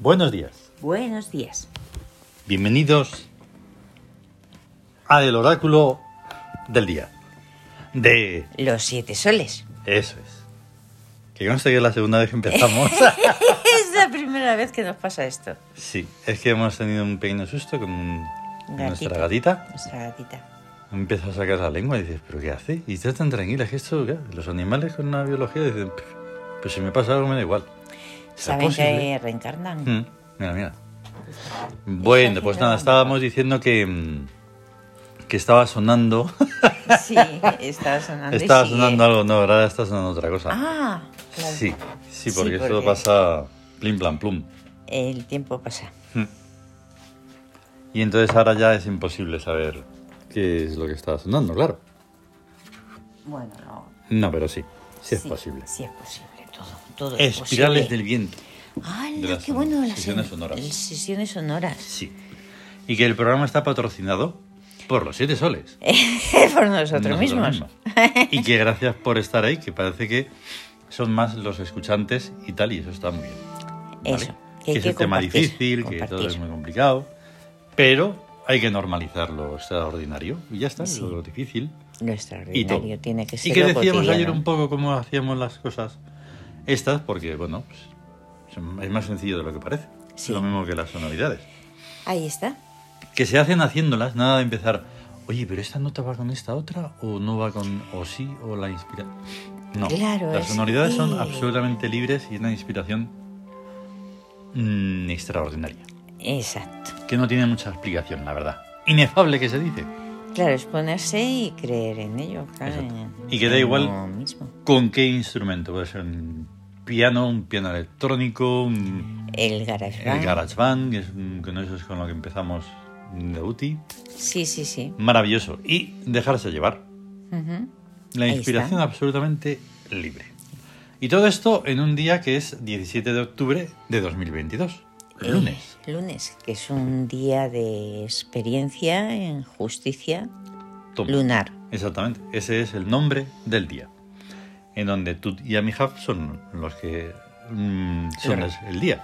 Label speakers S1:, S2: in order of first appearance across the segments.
S1: Buenos días.
S2: Buenos días.
S1: Bienvenidos a el oráculo del día. De
S2: Los siete soles.
S1: eso es. Que no sé que es la segunda vez que empezamos.
S2: Es la primera vez que nos pasa esto.
S1: sí, es que hemos tenido un pequeño susto con un- con nuestra
S2: Gatito.
S1: gatita.
S2: Nuestra gatita.
S1: Empieza a sacar la lengua y dices, ¿pero qué hace? Y está tan tranquila que esto, ¿qué? los animales con una biología dicen, "Pff, pues si me pasa algo me da igual. ¿Será
S2: Saben
S1: posible?
S2: que reencarnan.
S1: Mm, Mira, mira. Bueno, pues nada, estábamos diciendo que, mm, que estaba sonando.
S2: Ah, Sí, estaba sonando. y
S1: Estaba
S2: sigue.
S1: sonando algo, no, ahora está sonando otra cosa.
S2: Ah, claro.
S1: sí, sí,
S2: Sí,
S1: porque eso
S2: porque-
S1: pasa plim plan plum.
S2: El tiempo pasa.
S1: Y entonces ahora ya es imposible saber qué es lo que está sonando, claro.
S2: Bueno, no.
S1: No, pero sí, sí es
S2: sí,
S1: posible.
S2: Sí es posible, todo. todo es
S1: Espirales
S2: posible.
S1: del viento.
S2: ¡Hala,
S1: de las
S2: qué bueno! Las
S1: sesiones
S2: en-
S1: sonoras.
S2: las sesiones sonoras.
S1: Sí. Y que el programa está patrocinado por los siete soles.
S2: Por nosotros, mismos.
S1: mismos. Y que gracias por estar ahí, que parece que son más los escuchantes y tal, y eso está muy bien. ¿vale?
S2: Eso, que hay
S1: es
S2: que
S1: un tema
S2: compartir,
S1: difícil, que todo
S2: compartir.
S1: es muy complicado, pero hay que normalizar lo extraordinario y ya está,
S2: Sí.
S1: lo difícil.
S2: Lo
S1: Y, todo.
S2: extraordinario tiene que ser
S1: y que
S2: lo
S1: decíamos
S2: cotidiano.
S1: ayer un poco cómo hacíamos las cosas estas, porque bueno, pues, son- es más sencillo de lo que parece.
S2: Sí.
S1: Lo mismo que las sonoridades
S2: Ahí está.
S1: que se hacen haciéndolas, nada de empezar, oye, pero esta nota va con esta otra o no va con, o sí, o la inspira. No,
S2: Claro,
S1: las
S2: es-
S1: sonoridades son
S2: eh.
S1: absolutamente libres y es una inspiración mm, extraordinaria,
S2: Exacto.
S1: que no tiene mucha explicación, la verdad. Inefable que se dice,
S2: Claro, es ponerse y creer en ello. claro,
S1: Exacto.
S2: en-
S1: Y que da
S2: en
S1: igual-
S2: uno mismo.
S1: con qué instrumento, puede ser un piano, un piano electrónico, un
S2: El GarageBand.
S1: el GarageBand, que es, un- que no eso es con lo que empezamos de UTI,
S2: Sí, sí, sí.
S1: maravilloso, y dejarse llevar.
S2: Ujú.
S1: La
S2: Ahí
S1: inspiración
S2: está.
S1: absolutamente libre. Y todo esto en un día que es 17 de octubre de 2022,
S2: Eh,
S1: lunes.
S2: lunes, que es un día de experiencia en justicia
S1: Toma.
S2: lunar.
S1: Exactamente, ese es el nombre del día. En donde Tut y Amihab son los que mm, son
S2: Los-
S1: el día,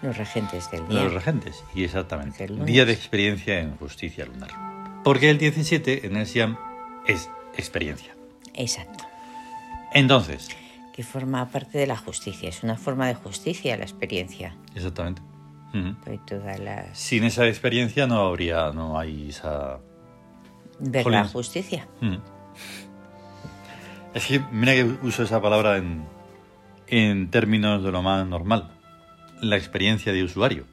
S2: Los regentes del día.
S1: los regentes. Y exactamente,
S2: El lunes.
S1: día de experiencia en justicia lunar. Porque el 17 en el Siam es experiencia.
S2: Exacto.
S1: Entonces,
S2: Que forma parte de la justicia. Es una forma de justicia la experiencia.
S1: exactamente. ujú.
S2: Porque todas las.
S1: Sin esa experiencia no habría, no hay esa
S2: Ver la
S1: Jolín.
S2: justicia.
S1: Mm. Es que mira que uso esa palabra en, en términos de lo más normal. La experiencia de usuario.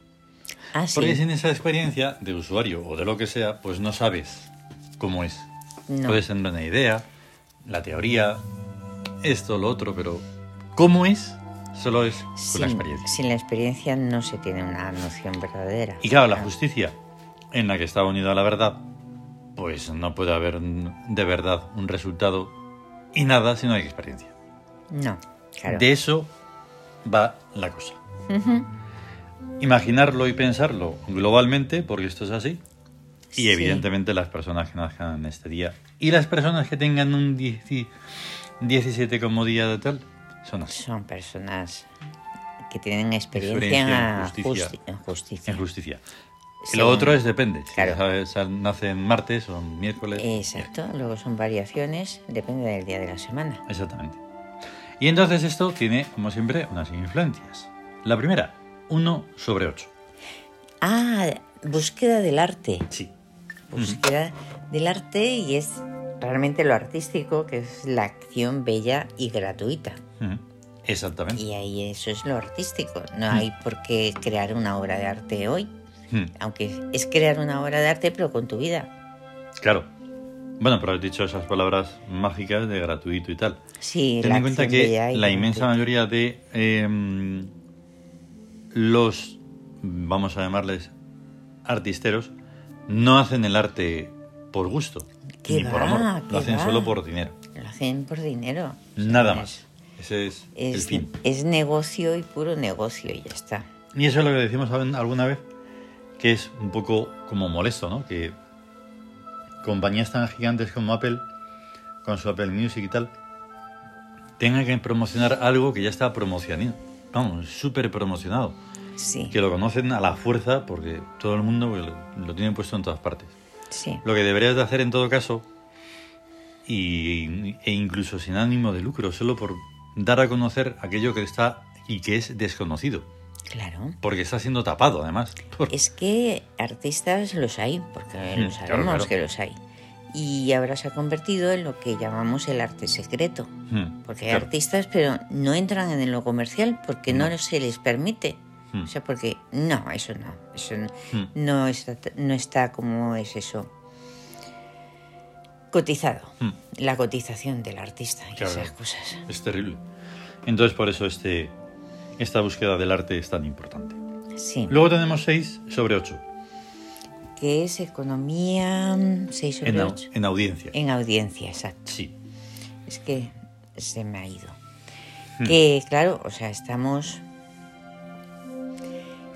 S2: Ah, sí.
S1: Porque sin esa experiencia de usuario o de lo que sea, pues no sabes cómo es.
S2: No.
S1: Puedes tener una idea, la teoría, esto, lo otro, pero cómo es solo es con la experiencia.
S2: sin la experiencia no se tiene una noción verdadera.
S1: Y claro, la justicia en la que está unida la verdad, pues no puede haber de verdad un resultado y nada si no hay experiencia.
S2: No, claro.
S1: De eso va la cosa. Imaginarlo y pensarlo globalmente, porque esto es así. Y
S2: Sí.
S1: evidentemente las personas que nazcan en este día y las personas que tengan un 10 17 como día de tal son así.
S2: Son personas que tienen experiencia,
S1: Experiencia en justicia.
S2: justi- en justicia.
S1: En justicia.
S2: Sí.
S1: Lo otro es depende. Si
S2: Claro.
S1: sabes, nace en martes o en miércoles.
S2: Exacto, luego son variaciones, depende del día de la semana.
S1: Exactamente. Y entonces esto tiene, como siempre, unas influencias. La primera, 1 sobre 8.
S2: Ah, búsqueda del arte.
S1: Sí.
S2: Búsqueda del arte y es realmente lo artístico, que es la acción bella y gratuita.
S1: Ujú. Exactamente.
S2: Y ahí eso es lo artístico. No hay por qué crear una obra de arte hoy.
S1: Ujú.
S2: Aunque es crear una obra de arte, pero con tu vida.
S1: Claro. Bueno, pero has dicho esas palabras mágicas de gratuito y tal.
S2: Sí,
S1: Ten
S2: la
S1: en cuenta
S2: acción bella
S1: que
S2: y
S1: la
S2: gratuita.
S1: inmensa mayoría de eh, los, vamos a llamarles, artisteros, no hacen el arte por gusto,
S2: ¿Qué
S1: ni por
S2: va?
S1: amor,
S2: ¿Qué
S1: lo hacen
S2: va?
S1: solo por dinero,
S2: Lo hacen por dinero.
S1: nada
S2: Es-
S1: más. Ese es, el
S2: Es,
S1: fin.
S2: es negocio y puro negocio y ya está.
S1: Y eso es lo que decimos al- alguna vez, que es un poco como molesto, ¿no? Que compañías tan gigantes como Apple, con su Apple Music y tal, tengan que promocionar algo que ya está promocionado. Vamos, súper promocionado.
S2: sí,
S1: que lo conocen a la fuerza porque todo el mundo pues, lo, lo tiene puesto en todas partes.
S2: sí.
S1: Lo que deberías de hacer en todo caso, y, e incluso sin ánimo de lucro, solo por dar a conocer aquello que está y que es desconocido,
S2: Claro.
S1: porque está siendo tapado además. Por-
S2: Es que artistas los hay, porque
S1: Mm,
S2: lo
S1: claro,
S2: sabemos
S1: claro.
S2: que los hay. Y ahora se ha convertido en lo que llamamos el arte secreto.
S1: Hmm,
S2: Porque hay
S1: claro.
S2: artistas, pero no entran en lo comercial porque no,
S1: No.
S2: se les permite.
S1: Hmm.
S2: O sea, porque no, eso no. Eso no,
S1: Hmm.
S2: no está, no está como es eso. Cotizado.
S1: Hmm.
S2: La cotización del artista y
S1: Claro.
S2: esas cosas.
S1: Es terrible. Entonces por eso este, esta búsqueda del arte es tan importante.
S2: Sí.
S1: Luego tenemos 6 sobre 8
S2: Que es economía 6 sobre Eh.
S1: en, au-
S2: 8.
S1: en audiencia.
S2: En audiencia, exacto.
S1: Sí.
S2: Es que se me ha ido.
S1: Hmm.
S2: Que claro, o sea, estamos...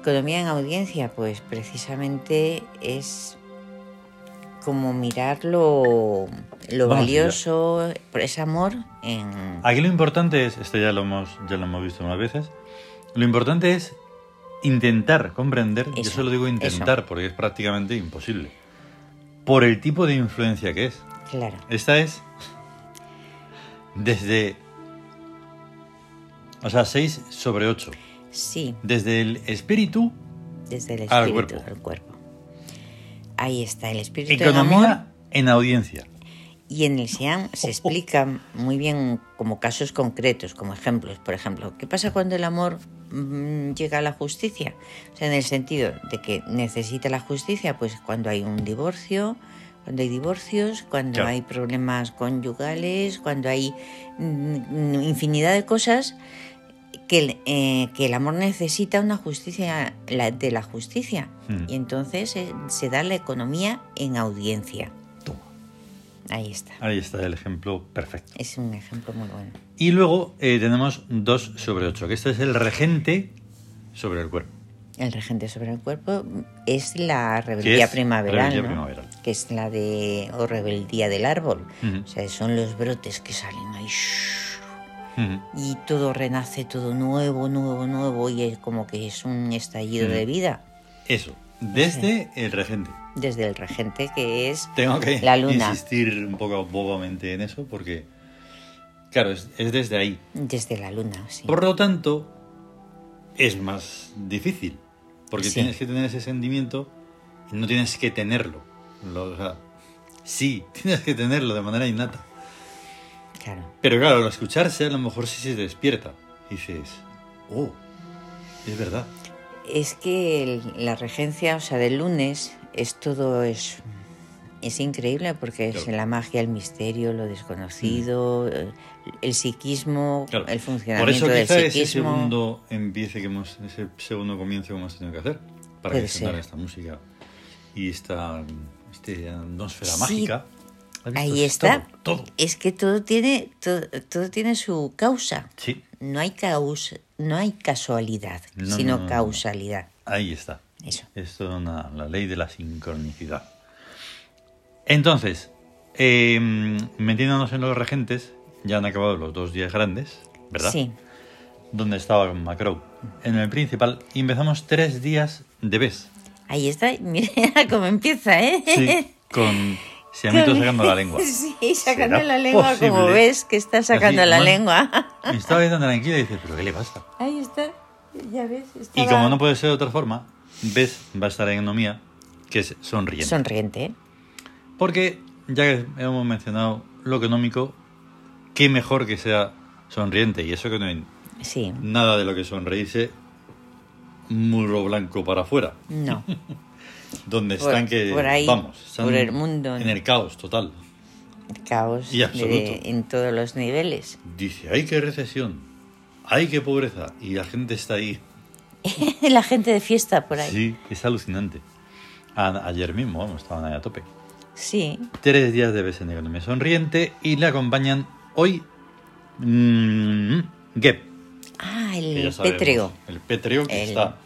S2: Economía en audiencia, pues precisamente es como mirar lo, lo
S1: Vamos allá.
S2: valioso, por ese amor en...
S1: Aquí lo importante es, esto ya lo hemos, ya lo hemos visto unas veces, lo importante es intentar comprender, yo
S2: Eso,
S1: solo digo intentar porque es prácticamente imposible, por el tipo de influencia que es.
S2: Claro,
S1: Esta es desde... O sea, 6 sobre 8.
S2: sí,
S1: Desde el espíritu,
S2: desde el
S1: Al
S2: espíritu
S1: cuerpo.
S2: al cuerpo. Ahí está el espíritu en Este amor.
S1: economía en audiencia.
S2: Y en el SEAM se explican muy bien como casos concretos, como ejemplos. Por ejemplo, ¿qué pasa cuando el amor mm, llega a la justicia? O sea, en el sentido de que necesita la justicia, pues cuando hay un divorcio, cuando hay divorcios, cuando
S1: Claro.
S2: hay problemas conyugales, cuando hay mm, mm, infinidad de cosas que el, eh, que el amor necesita una justicia la- de la justicia.
S1: Mm.
S2: Y entonces eh, se da la economía en audiencia.
S1: Toma.
S2: Ahí está.
S1: Ahí está el ejemplo perfecto.
S2: Es un ejemplo muy bueno.
S1: Y luego eh, tenemos 2 sobre 8, que este es el regente sobre el cuerpo.
S2: El regente sobre el cuerpo es la
S1: Que
S2: rebeldía
S1: es
S2: primaveral,
S1: rebeldía
S2: ¿no?
S1: primaveral.
S2: que es la de o rebeldía del árbol.
S1: Ujú.
S2: O sea, son los brotes que salen ahí shhh,
S1: Ujú.
S2: y todo renace, todo nuevo, nuevo, nuevo y es como que es un estallido
S1: Ujú.
S2: de vida
S1: Eso, desde el regente.
S2: desde el regente que es
S1: Tengo que
S2: la luna,
S1: insistir un poco bobamente en eso porque, claro, es, es desde ahí.
S2: desde la luna, sí.
S1: Por lo tanto, es más difícil porque
S2: Sí.
S1: tienes que tener ese sentimiento y no tienes que tenerlo. Lo- o sea, sí, tienes que tenerlo de manera innata.
S2: Claro,
S1: Pero claro, al escucharse a lo mejor sí se despierta. Y dices, oh, es verdad.
S2: es que el- la regencia, o sea, del lunes es todo es es increíble porque es
S1: Claro.
S2: la magia, el misterio, lo desconocido, el, el psiquismo,
S1: Claro.
S2: el funcionamiento
S1: Por eso
S2: del
S1: quizá ese
S2: psiquismo.
S1: segundo empiece que hemos, ese segundo comienzo que hemos tenido que hacer para
S2: Puede
S1: que sonara
S2: ser.
S1: esta música y esta, este atmósfera
S2: Sí.
S1: mágica. ¿Has visto?
S2: Ahí
S1: Es
S2: está.
S1: Todo, todo.
S2: Es que todo tiene todo, todo tiene su causa.
S1: Sí,
S2: No hay caus, no hay casualidad,
S1: No,
S2: sino
S1: no, no, no.
S2: causalidad.
S1: ahí está.
S2: Eso.
S1: Es toda una- la ley de la sincronicidad. Entonces, eh, metiéndonos en los regentes, ya han acabado los dos días grandes, ¿verdad?
S2: Sí.
S1: Donde estaba Macro. En el principal, y empezamos tres días de vez.
S2: Ahí está, mira cómo empieza, ¿eh?
S1: Sí, con siamito sacando la lengua.
S2: Sí, sacando
S1: ¿Será
S2: la lengua, como
S1: posible?
S2: ves que está sacando
S1: Así,
S2: la
S1: bueno.
S2: lengua.
S1: Y Estaba ahí tan tranquila y dice, pero ¿qué le pasa?
S2: Ahí está, ya ves.
S1: Y como no puede ser de otra forma, ves, va a estar en economía, que es sonriente.
S2: Sonriente, ¿eh?
S1: Porque ya que hemos mencionado lo económico, qué mejor que sea sonriente. Y eso que no hay
S2: sí.
S1: nada de lo que sonreírse muro blanco para afuera.
S2: No,
S1: Donde
S2: Por-
S1: están que,
S2: por ahí,
S1: vamos, están
S2: por el mundo,
S1: en
S2: ¿no?
S1: el caos total.
S2: caos
S1: Y
S2: de-
S1: absoluto.
S2: en todos los niveles.
S1: Dice, hay que recesión, hay que pobreza. Y la gente está ahí
S2: la gente de fiesta por ahí. Sí.
S1: Sí, es alucinante. A- ayer mismo, vamos, estaban ahí a tope.
S2: Sí,
S1: Tres días de Besen Economía Sonriente y le acompañan hoy mm, Gep.
S2: Ah,
S1: que ya
S2: el
S1: sabemos,
S2: pétreo
S1: El pétreo que
S2: El-
S1: está,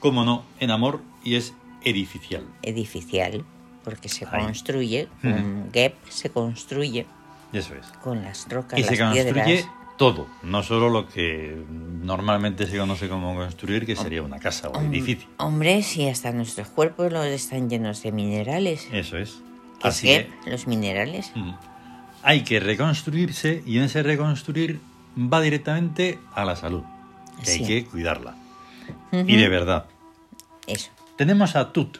S1: como no, en amor y es edificial.
S2: edificial, porque se
S1: Ahí.
S2: construye, un GEP se construye
S1: Eso es.
S2: con las rocas,
S1: Y
S2: las
S1: se construye
S2: piedras.
S1: todo, no solo lo que normalmente se conoce como construir, que sería una casa o
S2: Hom-
S1: edificio.
S2: Hombre, si hasta nuestros cuerpos los están llenos de minerales.
S1: Eso es.
S2: ¿Qué
S1: Así
S2: es
S1: es.
S2: que los minerales.
S1: Hay que reconstruirse y en ese reconstruir va directamente a la salud. Que
S2: Sí.
S1: hay que cuidarla.
S2: Ujú. ¿Eh?
S1: Y de verdad.
S2: Eso.
S1: Tenemos a Tut.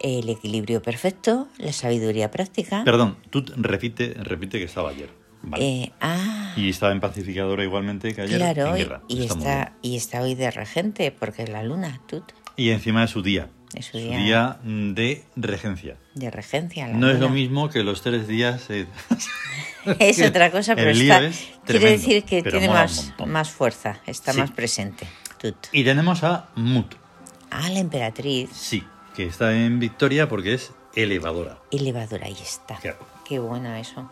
S2: El equilibrio perfecto, la sabiduría práctica.
S1: Perdón, Tut repite, repite que estaba ayer. Vale.
S2: Eh, ah,
S1: y estaba en pacificadora igualmente que ayer. en
S2: claro, y,
S1: guerra.
S2: y
S1: Está muy bien.
S2: está, y está hoy de regente, porque es la luna, tut,
S1: Y encima es su día.
S2: Es su
S1: su
S2: día.
S1: día mm, de regencia.
S2: de regencia. la
S1: No es lo
S2: luna.
S1: mismo que los tres días. eh,
S2: Es otra cosa,
S1: El
S2: pero
S1: lío
S2: está.
S1: es
S2: Quiere
S1: tremendo,
S2: decir que
S1: pero
S2: tiene
S1: mola un
S2: más,
S1: montón.
S2: más fuerza, está
S1: Sí.
S2: más presente. Tut.
S1: y tenemos a Mut.
S2: Ah, la emperatriz
S1: Sí, que está en Victoria porque es elevadora.
S2: elevadora, ahí está.
S1: Claro.
S2: Qué bueno eso.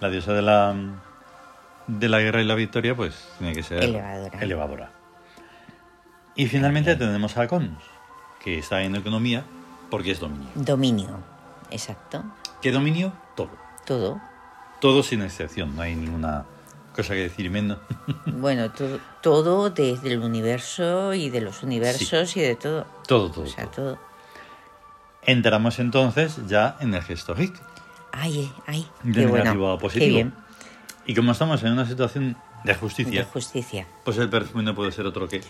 S1: La diosa de la mm, de la guerra y la victoria, pues tiene que ser
S2: Elevadora.
S1: elevadora. Y finalmente tenemos a Cons, que está en economía porque es dominio.
S2: Dominio, exacto.
S1: ¿Qué dominio? Todo.
S2: Todo.
S1: Todo sin excepción, no hay ninguna cosa que decir menos.
S2: Bueno, to- todo desde el universo y de los universos y de todo.
S1: todo, todo.
S2: O sea,
S1: todo.
S2: todo.
S1: Entramos entonces ya en el gesto hic,
S2: Ay, eh, ay,
S1: de
S2: qué
S1: negativo
S2: bueno.
S1: a positivo.
S2: Qué bien.
S1: Y como estamos en una situación de
S2: De
S1: justicia,
S2: justicia.
S1: pues el perfume no puede ser otro que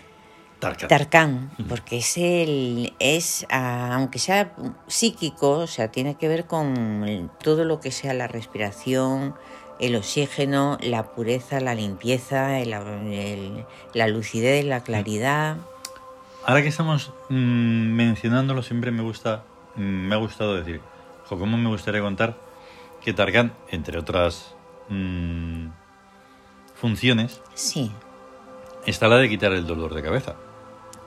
S1: Tarkat.
S2: Tarkan, porque es el es ah, aunque sea psíquico, o sea, tiene que ver con el- todo lo que sea la respiración, el oxígeno, la pureza, la limpieza, el- el- la lucidez, la claridad.
S1: Ahora que estamos mm, mencionándolo, siempre me gusta, mm, me ha gustado decir, o cómo me gustaría contar que Tarkan, entre otras mm, funciones,
S2: Sí,
S1: está la de quitar el dolor de cabeza.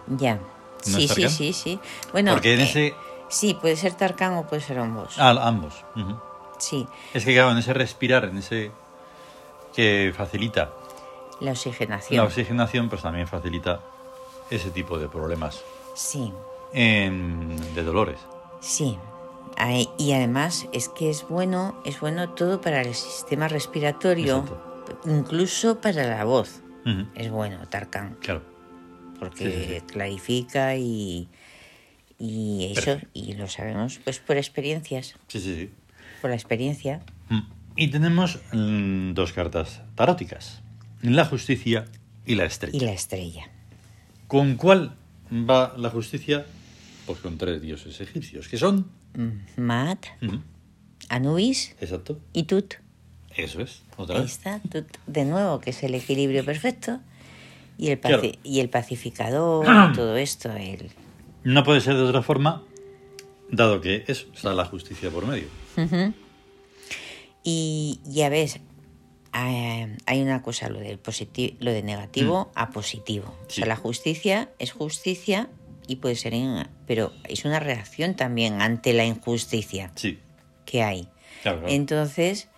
S2: ya. sí,
S1: es
S2: sí,
S1: Tarkan?
S2: sí, sí. Bueno,
S1: Porque en
S2: eh,
S1: ese.
S2: sí, puede ser Tarkan o puede ser ambos.
S1: ah, ambos. ujú.
S2: Sí,
S1: Es que, claro, en ese respirar, en ese. que facilita
S2: la oxigenación.
S1: la oxigenación, pues también facilita ese tipo de problemas
S2: sí.
S1: en- de dolores.
S2: Sí, Ay, y además es que es bueno, es bueno todo para el sistema respiratorio,
S1: Exacto.
S2: incluso para la voz.
S1: Ujú,
S2: Es bueno Tarkan,
S1: Claro.
S2: porque
S1: Sí, sí, sí.
S2: clarifica y, y eso,
S1: Perfecto.
S2: y lo sabemos pues por experiencias,
S1: Sí, sí, sí.
S2: por la experiencia.
S1: Mm. Y tenemos mm, dos cartas taróticas, la justicia y la estrella.
S2: Y la estrella.
S1: ¿Con cuál va la justicia? Pues con tres dioses egipcios, que son...
S2: Mm, Maat,
S1: Mm,
S2: Anubis
S1: Exacto,
S2: y Tut.
S1: eso es, otra
S2: Ahí
S1: vez.
S2: está, Tut de nuevo, que es el equilibrio perfecto. Y el,
S1: Claro. Ah.
S2: paci- y el pacificador, todo esto, el...
S1: No puede ser de otra forma, dado que eso, está la justicia por medio.
S2: Y ya ves, eh, hay una cosa, lo del positivo, lo de negativo a positivo. O
S1: Mm. Sí.
S2: sea, la justicia es justicia y puede ser, en- pero es una reacción también ante la injusticia
S1: Sí,
S2: que hay.
S1: claro, claro.
S2: Entonces,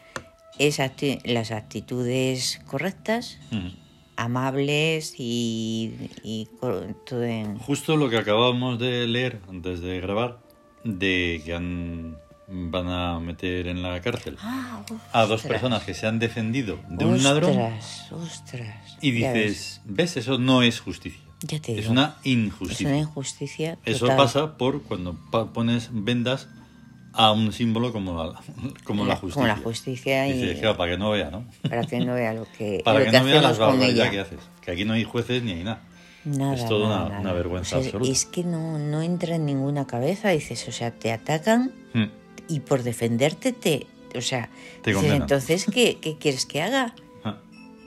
S2: es acti- las actitudes correctas,
S1: Mm.
S2: amables y, y co- todo en...
S1: Justo lo que acabamos de leer antes de grabar, de que han- van a meter en la cárcel
S2: Ah,
S1: a dos
S2: ostras.
S1: personas que se han defendido de un ladrón.
S2: Ostras, ostras.
S1: Y
S2: Ya ves,
S1: dices, ¿ves? Eso no es justicia.
S2: ya te
S1: Es
S2: digo,
S1: una
S2: es una
S1: injusticia.
S2: injusticia.
S1: Eso
S2: total.
S1: pasa por cuando pa- pones vendas a un símbolo como la, como la justicia.
S2: Como la justicia y
S1: Dices, claro, para que no vea, ¿no?
S2: para que no vea lo que,
S1: Para
S2: lo
S1: que,
S2: que
S1: no vea las
S2: hacemos con
S1: barbaridades
S2: ella.
S1: que haces. Que aquí no hay jueces ni hay nada.
S2: Nada,
S1: Es toda
S2: nada,
S1: una-
S2: nada.
S1: una vergüenza
S2: O sea,
S1: absoluta.
S2: Es que no, no entra en ninguna cabeza, dices, o sea, te atacan
S1: Mm.
S2: y por defenderte te, o sea,
S1: Te
S2: dices,
S1: condenan.
S2: entonces ¿qué, qué quieres que haga?
S1: Ah,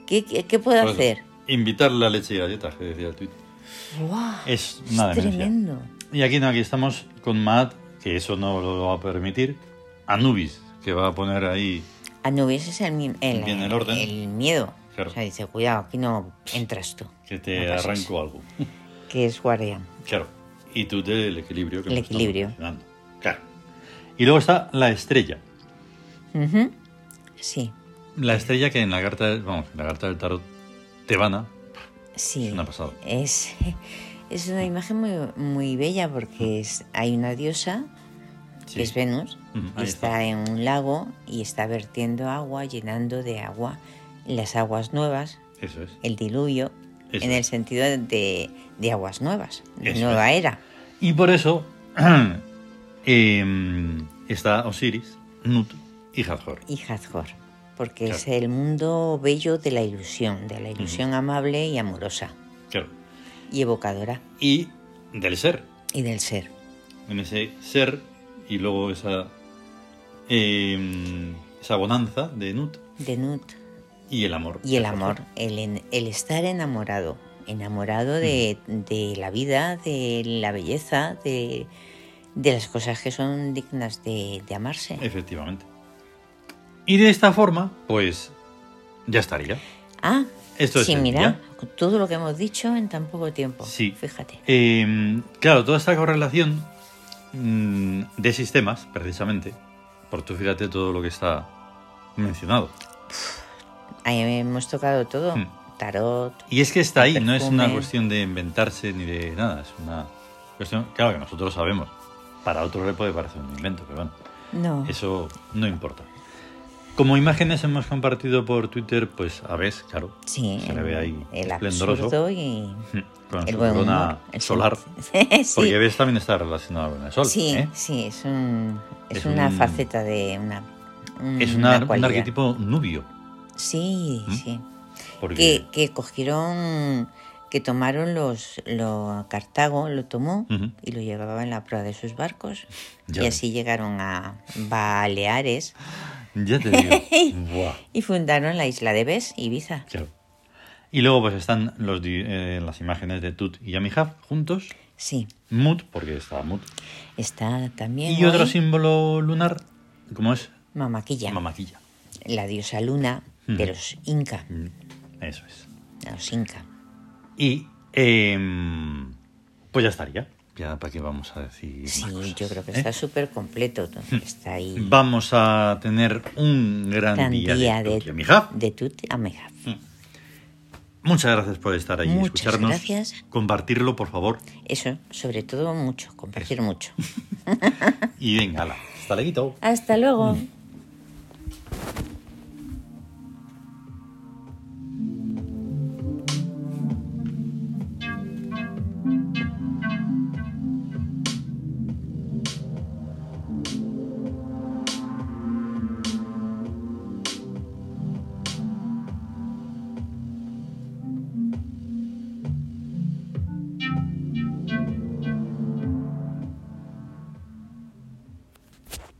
S2: ¿Qué, qué, qué puedo
S1: por eso.
S2: hacer?
S1: Invitarle a leche y galletas, que decía el tuit.
S2: ¡Guau!
S1: Es
S2: Es
S1: una demencia.
S2: tremendo.
S1: Y aquí no, aquí estamos con Matt, que eso no lo va a permitir. Anubis, que va a poner ahí
S2: Anubis es Ah, el, mi- el,
S1: Viene el orden.
S2: el miedo.
S1: Claro.
S2: O sea, dice, cuidado, aquí no entras tú.
S1: que te
S2: No pasas.
S1: arranco algo.
S2: Que es guardián.
S1: Claro. Y tú del equilibrio que
S2: El
S1: hemos estado
S2: equilibrio.
S1: mencionando. Claro. Y luego está la estrella.
S2: Ujú. Sí,
S1: La estrella que en la carta, del- vamos, en la carta del tarot tebana
S2: sí.
S1: es una pasada.
S2: Es, es una imagen muy, muy bella porque es, hay una diosa,
S1: Sí.
S2: que es Venus,
S1: Ujú,
S2: y
S1: ahí
S2: está en un lago y está vertiendo agua, llenando de agua las aguas nuevas,
S1: Eso es.
S2: el diluvio,
S1: Eso
S2: en
S1: es.
S2: el sentido de, de aguas nuevas, de
S1: Eso
S2: nueva era.
S1: Y por eso eh, está Osiris, Nut y Hathor.
S2: y Hathor, porque
S1: Claro.
S2: es el mundo bello de la ilusión, de la ilusión amable y amorosa
S1: Claro.
S2: y evocadora
S1: Y del ser.
S2: y del ser.
S1: En ese ser y luego esa, eh, esa bonanza de Nut
S2: De Nut
S1: y el amor.
S2: y el
S1: de Hathor.
S2: amor, el, en- el estar enamorado, enamorado de, de la vida, de la belleza, de, de las cosas que son dignas de, de amarse.
S1: Eh, Efectivamente. Y de esta forma, pues ya estaría.
S2: Ah,
S1: Esto es
S2: sí,
S1: el
S2: mira,
S1: día.
S2: todo lo que hemos dicho en tan poco tiempo.
S1: Sí.
S2: Fíjate.
S1: Eh, claro, toda esta correlación mm, de sistemas, precisamente, por tú fíjate todo lo que está mencionado.
S2: Ahí hemos tocado todo.
S1: Mm.
S2: Tarot,
S1: Y es que está ahí, no es una
S2: Perfume.
S1: cuestión de inventarse ni de nada, es una cuestión, claro que nosotros sabemos, para otro le puede parecer un invento, pero bueno,
S2: no.
S1: eso no importa. Como imágenes hemos compartido por Twitter, pues a veces, claro,
S2: Sí,
S1: se le ve ahí
S2: el
S1: esplendoroso. Ah,
S2: absurdo y
S1: hmm, con
S2: el
S1: su
S2: buen
S1: corona
S2: humor, el
S1: solar,
S2: sen- sí,
S1: porque ves también está relacionado con el sol,
S2: sí,
S1: ¿eh?
S2: sí, es, un- es
S1: Es
S2: una
S1: un-
S2: faceta de una, un-
S1: es una- un
S2: cualidad.
S1: arquetipo ¿Mm? nubio,
S2: Sí, sí.
S1: porque
S2: Que, que cogieron, que tomaron los, lo, Cartago lo tomó
S1: Ujú.
S2: y lo llevaba en la proa de sus barcos
S1: Ya
S2: y
S1: ves.
S2: así llegaron a Baleares
S1: ya te digo, buah,
S2: y fundaron la isla de Bes, Ibiza.
S1: claro. Y luego pues están los, di- eh, las imágenes de Tut y Amihab juntos.
S2: Sí,
S1: Mut, porque está Mut.
S2: está también
S1: Y otro
S2: hoy
S1: símbolo lunar, como es
S2: Mamaquilla,
S1: Mamaquilla.
S2: la diosa luna de
S1: Mm.
S2: los Inca.
S1: Mm, Eso es.
S2: A los Inca.
S1: Y em, pues ya estaría. Ya para qué vamos a decir.
S2: Sí,
S1: más cosas,
S2: yo creo que
S1: ¿eh?
S2: está súper completo. ¿no? Está ahí.
S1: Vamos a tener un gran,
S2: Gran
S1: día,
S2: día
S1: de,
S2: de,
S1: Tut y Amihab.
S2: de Tut a Mehab.
S1: Muchas gracias por estar ahí y
S2: Muchas
S1: escucharnos.
S2: gracias.
S1: Compartirlo, por favor.
S2: Eso, sobre todo mucho, compartir mucho.
S1: Y venga, hala. Hasta luego.
S2: Hasta luego.